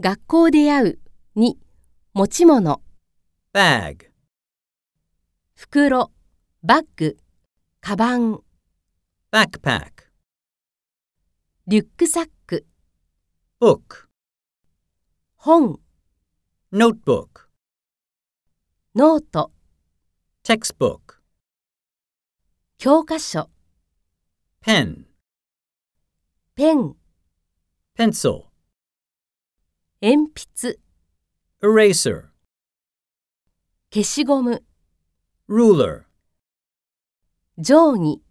学校で会う2持ち物 bag, 袋バッグカバン backpack, リュックサック book, 本 notebook, ノート textbook, 教科書 pen, ペン pencil, 鉛筆 eraser, 消しゴム ruler, 定規